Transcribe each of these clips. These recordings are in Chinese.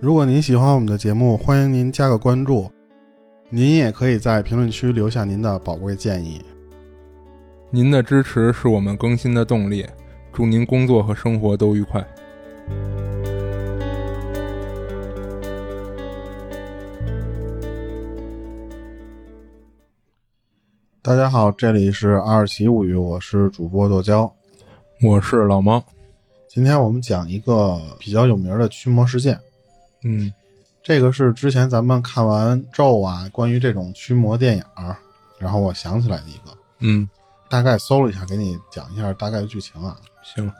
如果您喜欢我们的节目，欢迎您加个关注。您也可以在评论区留下您的宝贵建议。您的支持是我们更新的动力。祝您工作和生活都愉快。大家好，这里是阿尔奇物语，我是主播剁椒。我是老猫。今天我们讲一个比较有名的驱魔事件，嗯这个是之前咱们看完咒啊，关于这种驱魔电影儿，然后我想起来的一个，嗯，大概搜了一下，给你讲一下大概的剧情啊。行，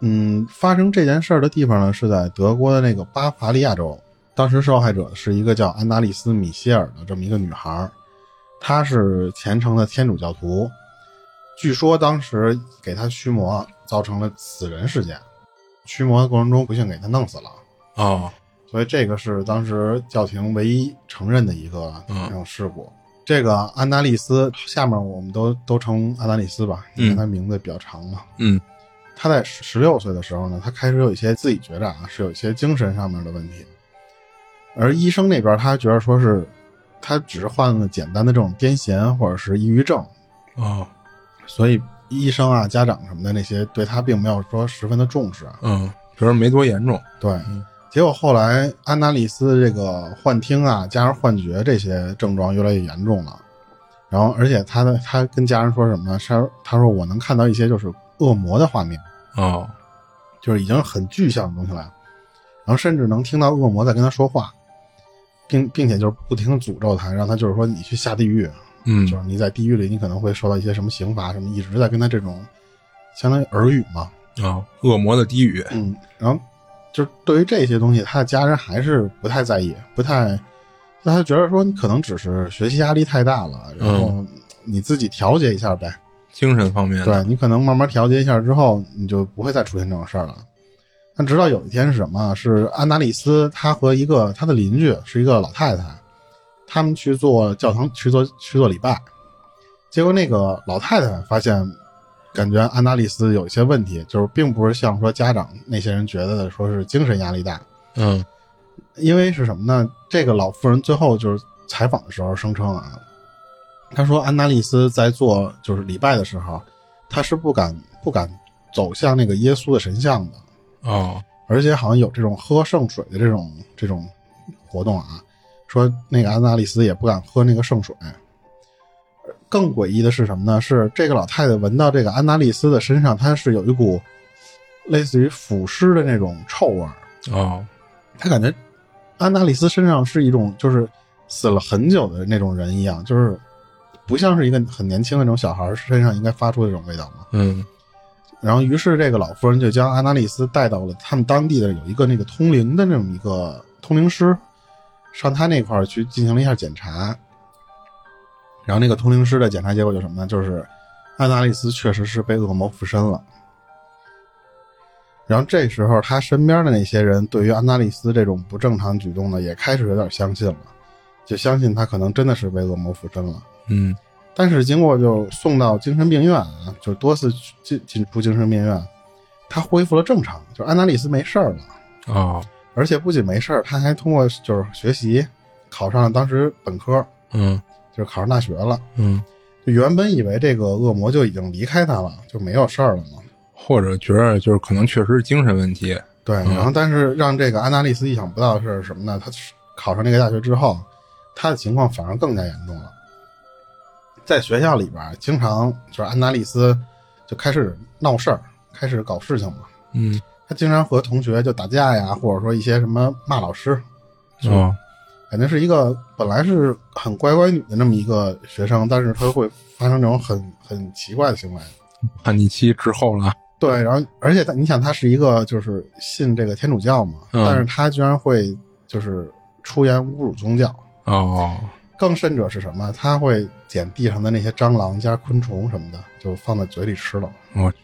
嗯，发生这件事儿的地方呢是在德国的那个巴伐利亚州。当时受害者是一个叫安娜丽丝·米歇尔的这么一个女孩儿，她是虔诚的天主教徒。据说当时给她驱魔，造成了死人事件。驱魔的过程中不幸给她弄死了，哦，所以这个是当时教廷唯一承认的一个嗯这种事故。这个安娜丽丝，下面我们都都称安娜丽丝吧，因为嗯她名字比较长嘛。嗯他在十六岁的时候呢，他开始有一些自己觉着啊是有一些精神上面的问题，而医生那边他觉得说是他只是患了简单的这种癫痫或者是抑郁症，哦，所以医生啊、家长什么的那些对他并没有说十分的重视啊。嗯，觉得没多严重。对，结果后来安娜丽丝这个幻听啊，加上幻觉这些症状越来越严重了。然后，而且他的他跟家人说什么呢？他他说我能看到一些就是恶魔的画面。哦，就是已经很具象的东西了，然后甚至能听到恶魔在跟他说话，并并且就是不停的诅咒他，让他就是说你去下地狱，嗯就是你在地狱里你可能会受到一些什么刑罚什么，一直在跟他这种相当于耳语嘛，哦，恶魔的低语。嗯，然后就是对于这些东西，他的家人还是不太在意，不太，他就觉得说你可能只是学习压力太大了，然后你自己调节一下呗，精神方面的，对你可能慢慢调节一下之后，你就不会再出现这种事儿了。但直到有一天是什么？是安娜丽丝她和一个她的邻居是一个老太太，他们去做教堂去做去做礼拜，结果那个老太太发现，感觉安娜丽丝有一些问题，就是并不是像说家长那些人觉得的说是精神压力大，嗯因为是什么呢？这个老妇人最后就是采访的时候声称啊，她说安娜丽丝在做就是礼拜的时候，她是不敢不敢走向那个耶稣的神像的，哦，而且好像有这种喝圣水的这种这种活动啊，说那个安娜丽丝也不敢喝那个圣水。更诡异的是什么呢？是这个老太太闻到这个安娜丽丝的身上，她是有一股类似于腐尸的那种臭味儿，哦，他感觉安娜丽丝身上是一种就是死了很久的那种人一样，就是不像是一个很年轻的那种小孩身上应该发出的这种味道嘛。嗯，然后，于是这个老夫人就将安娜丽丝带到了他们当地的有一个那个通灵的那么一个通灵师，上他那块儿去进行了一下检查。然后那个通灵师的检查结果就是什么呢？就是安娜丽丝确实是被恶魔附身了。然后这时候，他身边的那些人对于安娜丽丝这种不正常举动呢，也开始有点相信了，就相信她可能真的是被恶魔附身了。嗯，但是经过就送到精神病院啊，就多次去进进出精神病院，他恢复了正常，就安娜丽丝没事儿了，哦，而且不仅没事儿，他还通过就是学习考上了当时本科，嗯就是考上大学了。嗯，就原本以为这个恶魔就已经离开他了，就没有事儿了嘛。或者觉得就是可能确实是精神问题。对，然后但是让这个安娜丽丝意想不到的是什么呢？她考上那个大学之后，她的情况反而更加严重了。在学校里边，经常就是安娜丽丝就开始闹事儿，开始搞事情嘛。嗯，她经常和同学就打架呀，或者说一些什么骂老师，哦，感觉是一个本来是很乖乖女的那么一个学生，但是她会发生这种很很奇怪的行为。叛逆期之后了。对，然后而且他，你想，他是一个就是信这个天主教嘛，嗯但是他居然会就是出言侮辱宗教，哦，更甚者是什么？他会捡地上的那些蟑螂加昆虫什么的，就放在嘴里吃了。我去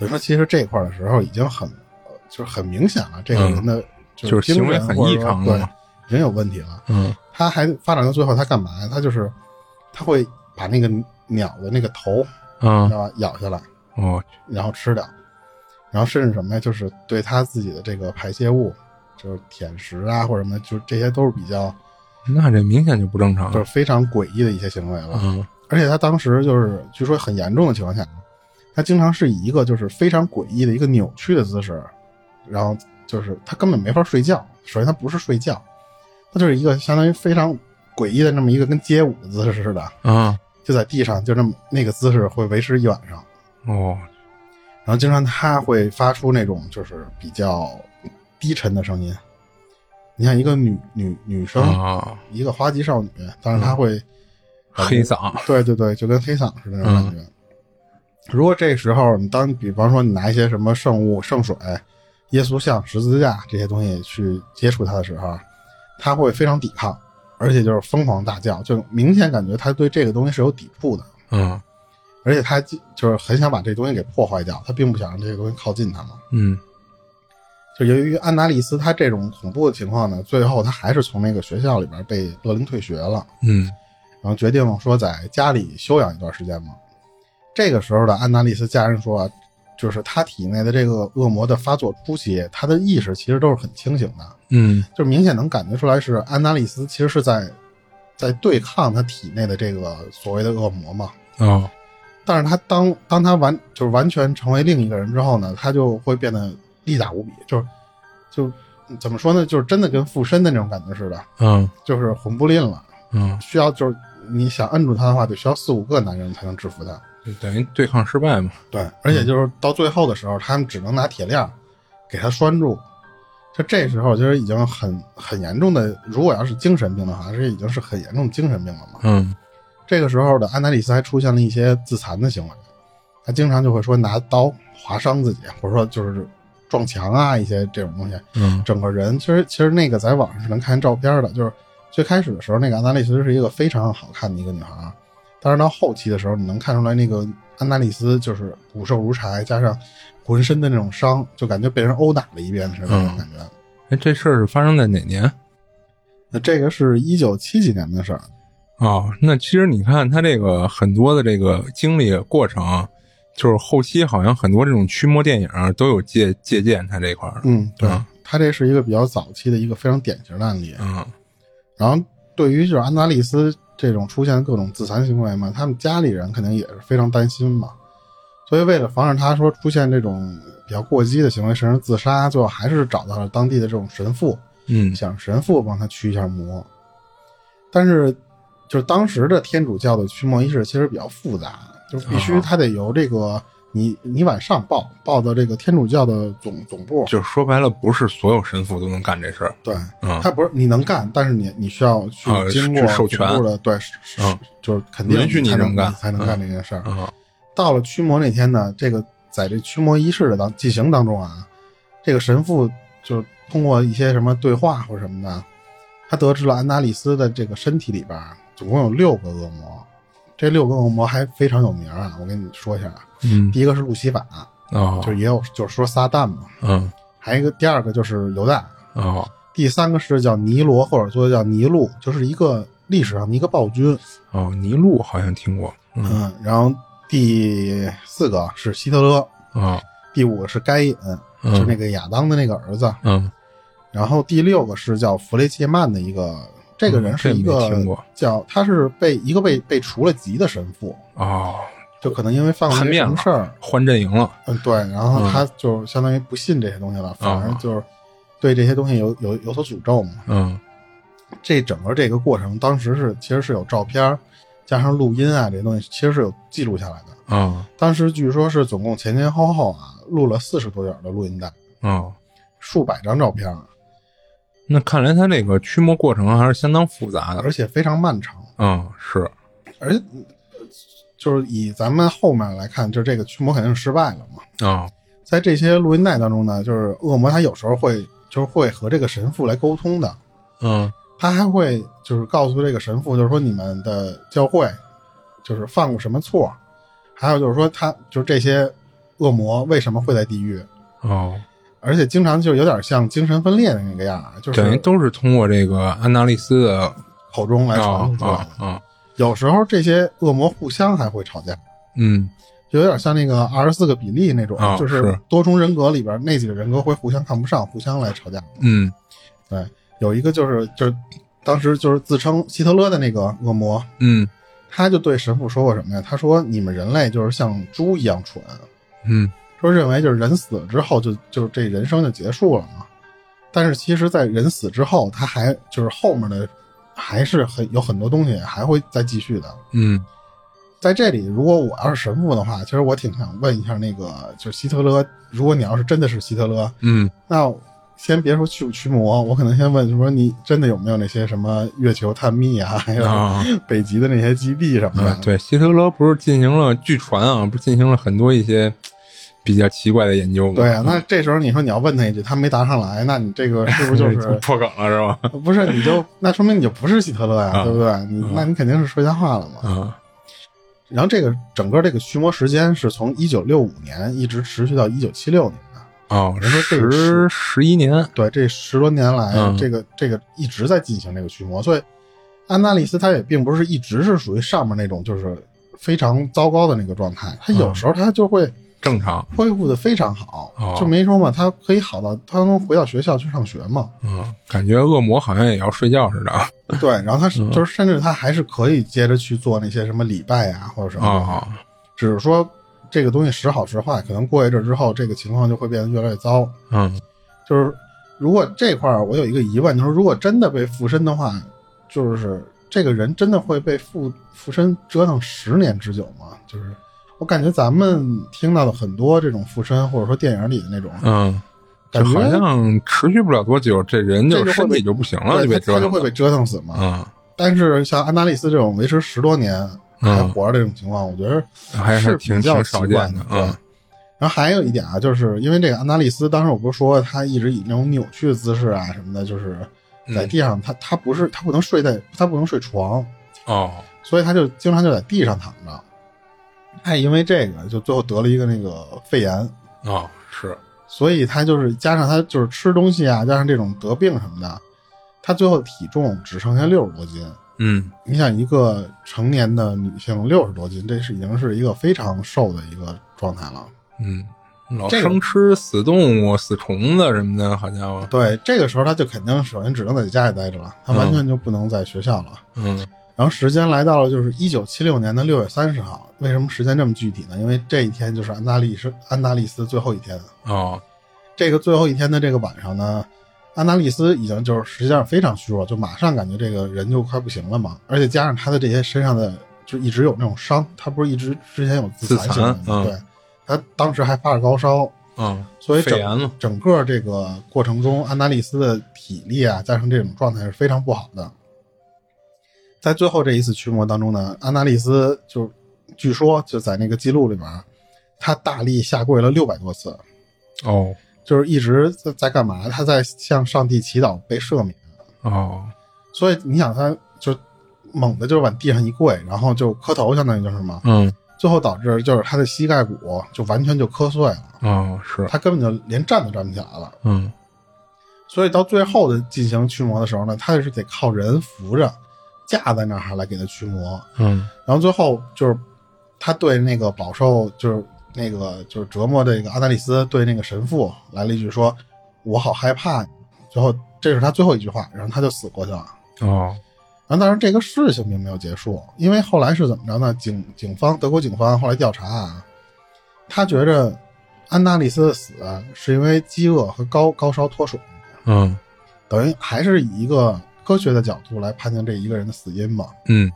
所以说，其实这块儿的时候已经很呃就是很明显了，这个人的嗯就是是精行为神很或者异说常了对嘛，已经有问题了。嗯，他还发展到最后，他干嘛呀？他就是他会把那个鸟的那个头，你啊知，道吧，咬下来。哦，然后吃掉，然后甚至什么呀，就是对他自己的这个排泄物，就是舔食啊或者什么，就是这些都是比较那这明显就不正常就了是。非常诡异的一些行为了。嗯，而且他当时就是据说很严重的情况下，他经常是以一个就是非常诡异的一个扭曲的姿势，然后就是他根本没法睡觉。首先他不是睡觉，他就是一个相当于非常诡异的那么一个跟街舞的姿势似的，啊，就在地上就那么那个姿势会维持一晚上。哦，然后经常他会发出那种就是比较低沉的声音。你像一个女女女生，啊，嗯一个花季少女，但是她会、黑嗓，嗯对对对，就跟黑嗓似的那种感觉。如果这时候你当比方说你拿一些什么圣物、圣水、耶稣像、十字架这些东西去接触他的时候，他会非常抵抗，而且就是疯狂大叫，就明显感觉他对这个东西是有抵触的，嗯而且他就就是很想把这东西给破坏掉，他并不想让这个东西靠近他嘛。嗯，就由于安达利斯他这种恐怖的情况呢，最后他还是从那个学校里边被勒令退学了。嗯，然后决定说在家里休养一段时间嘛。这个时候的安娜丽丝家人说，啊就是他体内的这个恶魔的发作初期，他的意识其实都是很清醒的，嗯，就是明显能感觉出来是安娜丽丝其实是在在对抗他体内的这个所谓的恶魔嘛。哦，但是他当当他完就是完全成为另一个人之后呢，他就会变得力大无比，就是就怎么说呢，就是真的跟附身的那种感觉似的，嗯就是魂不吝了。嗯，需要就是你想摁住他的话，得需要四五个男人才能制服他。就等于对抗失败嘛。对，而且就是到最后的时候，他们只能拿铁链儿给他拴住。就这时候，其实已经很很严重的，如果要是精神病的话，这已经是很严重的精神病了嘛。嗯这个时候的安娜丽丝还出现了一些自残的行为，她经常就会说拿刀划伤自己，或者说就是撞墙啊一些这种东西。嗯整个人其实其实那个在网上是能看见照片的，就是最开始的时候，那个安娜丽丝是一个非常好看的一个女孩儿，但是到后期的时候，你能看出来那个安娜丽丝就是骨瘦如柴，加上浑身的那种伤，就感觉被人殴打了一遍似的那种感觉。哎，这事儿是发生在哪年？那这个是一九七几年的事儿，哦，那其实你看他这个很多的这个经历过程啊，就是后期好像很多这种驱魔电影啊都有借借鉴他这一块儿。嗯，对嗯，她这是一个比较早期的一个非常典型的案例。嗯然后对于就是安达利斯这种出现各种自残行为嘛，他们家里人肯定也是非常担心嘛。所以为了防止他说出现这种比较过激的行为，甚至自杀，最后还是找到了当地的这种神父，嗯想神父帮他驱一下魔。但是，就是当时的天主教的驱魔仪式其实比较复杂，就是必须啊他得由这个你你往上报报到这个天主教的总总部，就是说白了，不是所有神父都能干这事儿。对，嗯他不是你能干，但是你你需要去啊经过是授权总部的，对，是是嗯就是肯定允许你才这能么干才能干这件事儿。嗯到了驱魔那天呢，这个在这驱魔仪式的当进行当中啊，这个神父就通过一些什么对话或者什么的，他得知了安达里斯的这个身体里边儿总共有六个恶魔，这六个恶魔还非常有名啊，我跟你说一下啊，嗯第一个是路西法，哦就是也有就是说撒旦嘛，嗯还有一个第二个就是犹大，哦第三个是叫尼罗，或者说叫尼禄，就是一个历史上的一个暴君。哦，尼禄好像听过。嗯嗯，然后第四个是希特勒，啊第五个是该隐，嗯就是那个亚当的那个儿子。嗯然后第六个是叫弗雷切曼的一个，这个人是一嗯这个没听过叫他是被一个被被除了籍的神父，哦，就可能因为犯了叛一些变什么了事儿，换阵营了。嗯，对，然后嗯他就相当于不信这些东西了，反而啊就是对这些东西有有有所诅咒嘛。嗯这整个这个过程，当时是其实是有照片儿，加上录音啊，这些东西其实是有记录下来的。啊当时据说是总共前前后后啊，录了四十多卷的录音带，哦，数百张照片儿，那看来他这个驱魔过程还是相当复杂的。而且非常漫长。嗯，是。而且就是以咱们后面来看，就这个驱魔肯定是失败了嘛。啊、在这些录音带当中呢，就是恶魔他有时候会就是会和这个神父来沟通的，嗯他还会就是告诉这个神父，就是说你们的教会就是犯过什么错，还有就是说他就是这些恶魔为什么会在地狱，哦，而且经常就有点像精神分裂的那个样儿，就是等于都是通过这个安娜丽丝的口中来啊传啊出来的。啊，有时候这些恶魔互相还会吵架，嗯就有点像那个二十四个比利那种，啊就是多重人格里边那几个人格会互相看不上，互相来吵架。嗯有一个就是就是当时就是自称希特勒的那个恶魔，嗯他就对神父说过什么呀？他说你们人类就是像猪一样蠢，嗯说认为就是人死了之后就就这人生就结束了嘛。但是其实，在人死之后，他还就是后面的还是很有很多东西还会再继续的。嗯在这里，如果我要是神父的话，其实我挺想问一下那个，就是希特勒，如果你要是真的是希特勒，嗯那先别说驱不驱魔，我可能先问说你真的有没有那些什么月球探秘啊，还有 啊北极的那些基地什么的。啊！对，希特勒不是进行了据传啊，不是进行了很多一些比较奇怪的研究吗？对啊，那这时候你说你要问他一句，他没答上来，那你这 个是不是就是嗯破梗了是吧？不是你 就那说明你就不是希特勒呀、啊对不对？你、那你肯定是说瞎话了嘛。啊，然后这个整个这个驱魔时间是从一九六五年一直持续到一九七六年的。哦，人说这个十十一年，对，这十多年来，嗯这个这个一直在进行这个驱魔，所以安娜丽丝她也并不是一直是属于上面那种就是非常糟糕的那个状态，她嗯有时候她就会正常，恢复的非常好，哦就没说嘛，她可以好到她能回到学校去上学嘛，嗯，感觉恶魔好像也要睡觉似的啊对，然后她是、就是甚至她还是可以接着去做那些什么礼拜啊或者什么的，啊只是说这个东西时好时坏，可能过一阵之后这个情况就会变得越来越糟，嗯就是如果这块儿我有一个疑问，就是如果真的被附身的话，就是这个人真的会被附附身折腾十年之久吗？就是我感觉咱们听到的很多这种附身，或者说电影里的那种，嗯，就感觉好像持续不了多久，这人这就就会身被体就不行了，对他被折他就腾会了，被折腾死嘛。嗯，但是像安达利斯这种维持十多年还活着这种情况，我觉得嗯还是挺比较挺奇少怪见的的，。对嗯然后还有一点啊，就是因为这个安达利斯，当时我不是说他一直以那种扭曲的姿势啊什么的，就是嗯在地上，他他不是他不能睡在他不能睡床，哦，所以他就经常就在地上躺着。他也因为这个，就最后得了一个那个肺炎，哦，是，所以他就是加上他就是吃东西啊，加上这种得病什么的，他最后体重只剩下六十多斤。嗯你想，一个成年的女性六十多斤，这是已经是一个非常瘦的一个状态了。嗯，老这个生吃死动物、死虫子什么的，好家伙，对，这个时候他就肯定首先只能在家里待着了，他完全就不能在学校了。嗯然后时间来到了就是一九七六年的六月三十号。为什么时间这么具体呢？因为这一天就是安达利是安达利斯最后一天。哦，这个最后一天的这个晚上呢，安达利斯已经就是实际上非常虚弱，就马上感觉这个人就快不行了嘛。而且加上他的这些身上的就一直有那种伤，他不是一直之前有自残行自为残吗？嗯对，他当时还发着高烧，嗯，所以肺整炎了，整个这个过程中，安达利斯的体力啊，加上这种状态是非常不好的。在最后这一次驱魔当中呢，安达利斯就据说就在那个记录里边，他大力下跪了六百多次，哦就是一直在在干嘛？他在向上帝祈祷被赦免。哦，所以你想，他就猛地就往地上一跪，然后就磕头，相当于就是什么？嗯最后导致就是他的膝盖骨就完全就磕碎了，哦是，他根本就连站都站不起来了。嗯所以到最后的进行驱魔的时候呢，他也是得靠人扶着架在那儿来给他驱魔。嗯然后最后就是他对那个饱受就是那个就是折磨的这个阿达利斯对那个神父来了一句说：“我好害怕。”最后这是他最后一句话，然后他就死过去了。哦然后当然这个事情并没有结束，因为后来是怎么着呢？警警方德国警方后来调查啊，他觉着安娜丽丝的死啊是因为饥饿和高高烧脱水。嗯等于还是以一个科学的角度来判定这一个人的死因嘛。嗯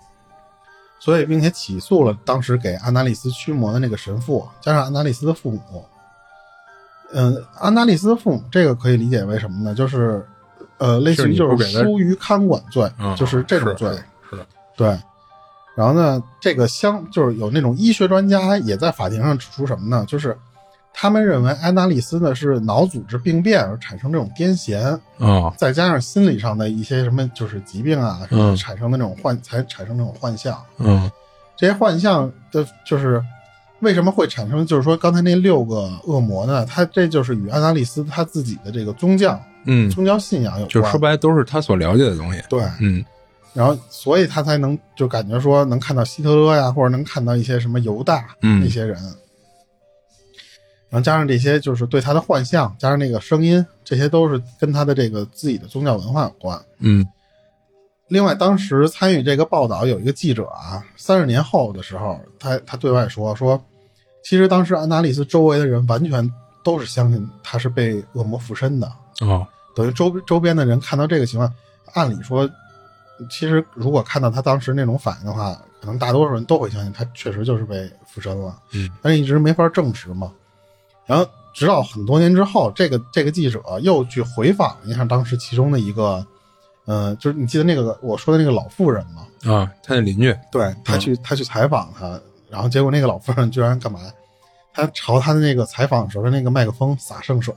所以，并且起诉了当时给安达利斯驱魔的那个神父，加上安达利斯的父母。嗯，安达利斯的父母这个可以理解为什么呢？就是，呃，类似于就就是是你疏不给他于看管罪，嗯，就是这种罪。是的，对。然后呢，这个相就是有那种医学专家也在法庭上指出什么呢？就是他们认为安达利斯呢是脑组织病变而产生这种癫痫，哦再加上心理上的一些什么就是疾病啊，什么嗯产生的那种幻，才产生那种幻象。嗯这些幻象的，就是为什么会产生，就是说刚才那六个恶魔呢？他这就是与安达利斯他自己的这个宗教、嗯，宗教信仰有关。就说白了都是他所了解的东西，对，嗯然后所以他才能就感觉说能看到希特勒呀，或者能看到一些什么犹大嗯那些人。然后加上这些就是对他的幻象，加上那个声音，这些都是跟他的这个自己的宗教文化有关。嗯另外，当时参与这个报道有一个记者啊，三十年后的时候，他他对外说说，其实当时安达利斯周围的人完全都是相信他是被恶魔附身的，哦等于周周边的人看到这个情况，按理说，其实如果看到他当时那种反应的话，可能大多数人都会相信他确实就是被附身了，嗯，但是一直没法证实嘛。然后直到很多年之后，这个这个记者又去回访一下当时其中的一个，呃，就是你记得那个我说的那个老妇人吗？啊，他的邻居对嗯他去、他去采访他，然后结果那个老妇人居然干嘛？他朝他的那个采访的时候的那个麦克风洒圣水，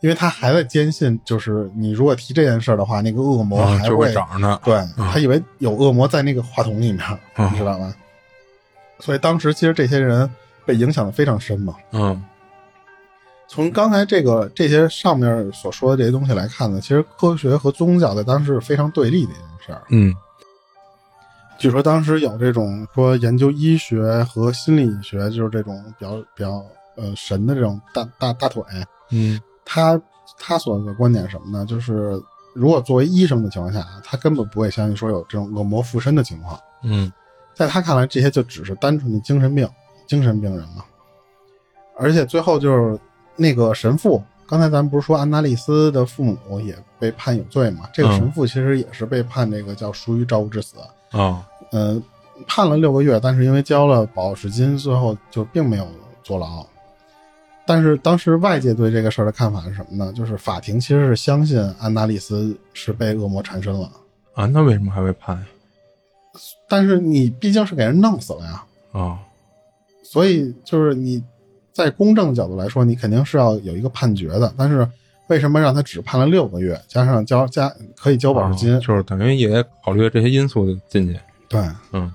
因为他还在坚信，就是你如果提这件事儿的话，那个恶魔啊还就会、会嗯找着他。对、他以为有恶魔在那个话筒里面，啊你知道吗？所以当时其实这些人被影响的非常深嘛。嗯从刚才这个这些上面所说的这些东西来看呢，其实科学和宗教在当时是非常对立的一件事儿。嗯据说当时有这种说研究医学和心理学，就是这种比较比较呃神的这种大大大腿，嗯他他所的观点是什么呢？就是如果作为医生的情况下，他根本不会相信说有这种恶魔附身的情况。嗯在他看来，这些就只是单纯的精神病，精神病人嘛。而且最后就是那个神父，刚才咱们不是说安达利斯的父母也被判有罪嘛？这个嗯神父其实也是被判这个叫疏于照顾致死。啊呃，判了六个月，但是因为交了保释金，最后就并没有坐牢。但是当时外界对这个事儿的看法是什么呢？就是法庭其实是相信安达利斯是被恶魔缠身了，啊，那为什么还会判呀？但是你毕竟是给人弄死了呀，啊所以就是你在公正的角度来说，你肯定是要有一个判决的。但是为什么让他只判了六个月，加上交加可以交保释金？啊就是等于也考虑这些因素进去。对，嗯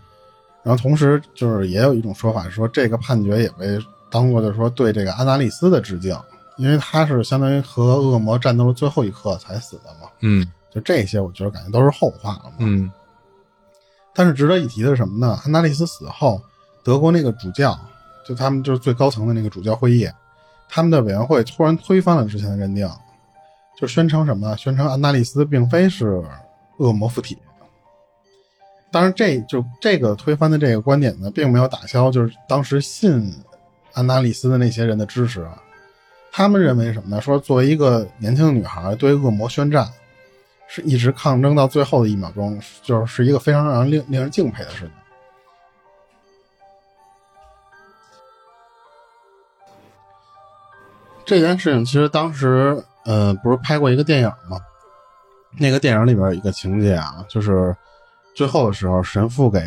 然后同时就是也有一种说法是说，这个判决也被当做就是说对这个安达利斯的致敬，因为他是相当于和恶魔战斗到最后一刻才死的嘛。嗯就这些，我觉得感觉都是后话了嘛。嗯但是值得一提的是什么呢？安达利斯死后，德国那个主教，就他们就是最高层的那个主教会议，他们的委员会突然推翻了之前的认定，就宣称什么呢？宣称安达利斯并非是恶魔附体。当然这，就这个推翻的这个观点呢，并没有打消就是当时信安达利斯的那些人的支持。啊他们认为什么呢？说作为一个年轻的女孩对恶魔宣战，是一直抗争到最后的一秒钟，就是是一个非常让人令令人敬佩的事情。这件事情其实当时，呃，不是拍过一个电影吗？那个电影里边有一个情节啊，就是最后的时候，神父给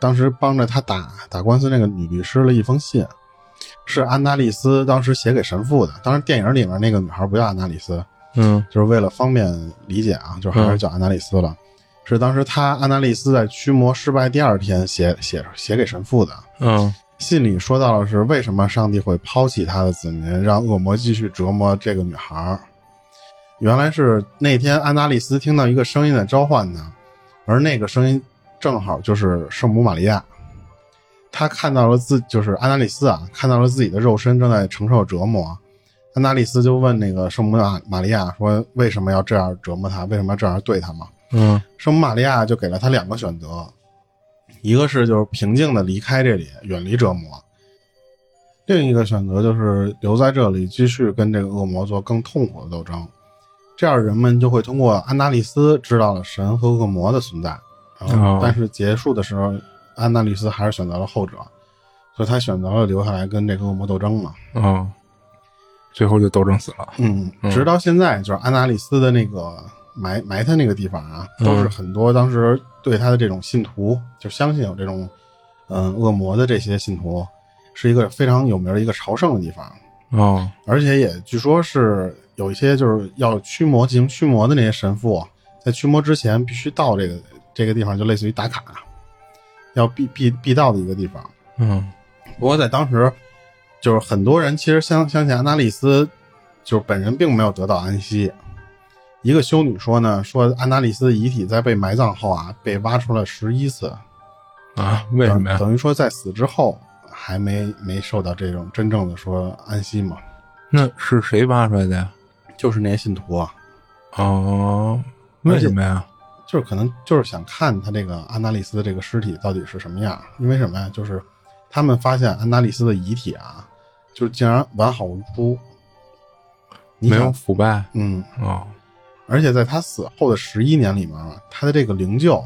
当时帮着他打打官司那个女律师了一封信，是安娜丽丝当时写给神父的。当然，电影里面那个女孩不叫安娜丽丝，嗯就是为了方便理解啊，就还是叫安达利斯了。是当时他安达利斯在驱魔失败第二天写写写给神父的嗯信里说到的是为什么上帝会抛弃他的子民，让恶魔继续折磨这个女孩儿。原来是那天安达利斯听到一个声音在召唤他，而那个声音正好就是圣母玛利亚。他看到了自就是安达利斯啊，看到了自己的肉身正在承受折磨。安达利斯就问那个圣母玛玛利亚说：“为什么要这样折磨他？为什么要这样对他嘛？”嗯圣母玛利亚就给了他两个选择，一个是就是平静的离开这里，远离折磨；另一个选择就是留在这里，继续跟这个恶魔做更痛苦的斗争。这样人们就会通过安达利斯知道了神和恶魔的存在。然后哦但是结束的时候，安达利斯还是选择了后者，所以他选择了留下来跟这个恶魔斗争嘛。哦，最后就斗争死了。嗯，直到现在，就是安达利斯的那个埋埋他那个地方啊，嗯都是很多当时对他的这种信徒，就相信有这种嗯、恶魔的这些信徒，是一个非常有名的一个朝圣的地方，哦而且也据说是有一些就是要驱魔进行驱魔的那些神父，在驱魔之前必须到这个这个地方，就类似于打卡，要必必必到的一个地方。嗯不过在当时，就是很多人其实相相信安娜丽丝，就是本人并没有得到安息。一个修女说呢，说安娜丽丝的遗体在被埋葬后啊，被挖出了十一次，啊，为什么呀？等于说在死之后，还没没受到这种真正的说安息嘛，那是谁挖出来的呀？就是那些信徒啊，哦，为什么呀？就是可能就是想看他这个安达利斯的这个尸体到底是什么样，因为什么呀？就是他们发现安达利斯的遗体啊，就是竟然完好无枯，你没想有腐败嗯，哦，而且在他死后的十一年里面啊，他的这个灵柩，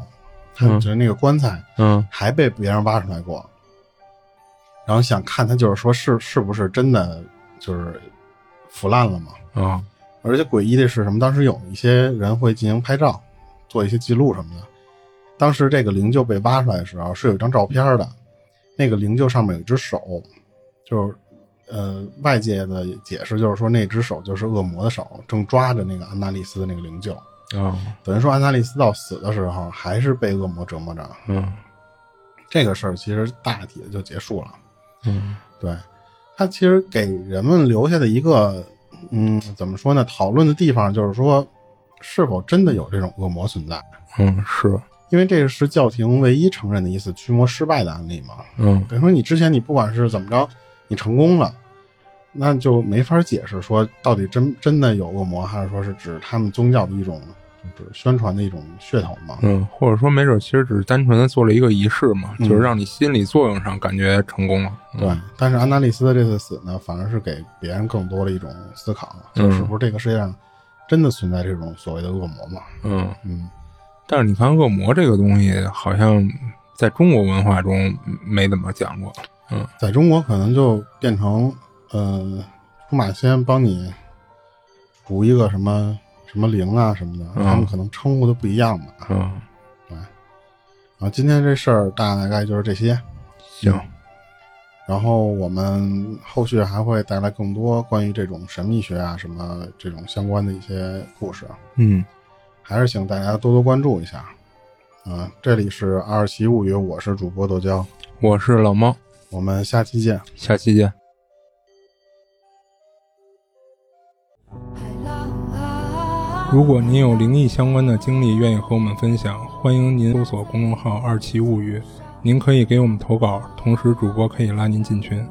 他嗯就是那个棺材，嗯还被别人挖出来过，然后想看他就是说是是不是真的就是腐烂了嘛？哦，而且诡异的是什么？当时有一些人会进行拍照，做一些记录什么的。当时这个灵柩被挖出来的时候，是有一张照片的，那个灵柩上面有一只手，就是呃，外界的解释就是说那只手就是恶魔的手，正抓着那个安娜丽斯的那个灵柩。哦，等于说安娜丽斯到死的时候，还是被恶魔折磨着。嗯这个事儿其实大体的就结束了。嗯对，它其实给人们留下的一个，嗯，怎么说呢？讨论的地方就是说，是否真的有这种恶魔存在？嗯，是，因为这个是教廷唯一承认的一次驱魔失败的案例嘛。嗯等于说你之前你不管是怎么着，你成功了，那就没法解释说到底真真的有恶魔，还是说是指他们宗教的一种，就是宣传的一种噱头嘛？嗯，或者说没准其实只是单纯的做了一个仪式嘛，就是让你心理作用上感觉成功了。嗯对，但是安娜丽丝的这次死呢，反而是给别人更多的一种思考，啊就嗯是不是这个世界上真的存在这种所谓的恶魔嘛？嗯，嗯，但是你看恶魔这个东西，好像在中国文化中没怎么讲过。在中国可能就变成，呃，出马仙帮你除一个什么什么灵啊什么的，嗯他们可能称呼都不一样吧。嗯，然后今天这事儿大概就是这些，行，然后我们后续还会带来更多关于这种神秘学啊什么这种相关的一些故事。啊嗯，还是请大家多多关注一下。啊、这里是《二奇物语》，我是主播豆椒，我是老猫，我们下期见。下期见。如果您有灵异相关的经历，愿意和我们分享，欢迎您搜索公众号“二七物语”，您可以给我们投稿，同时主播可以拉您进群。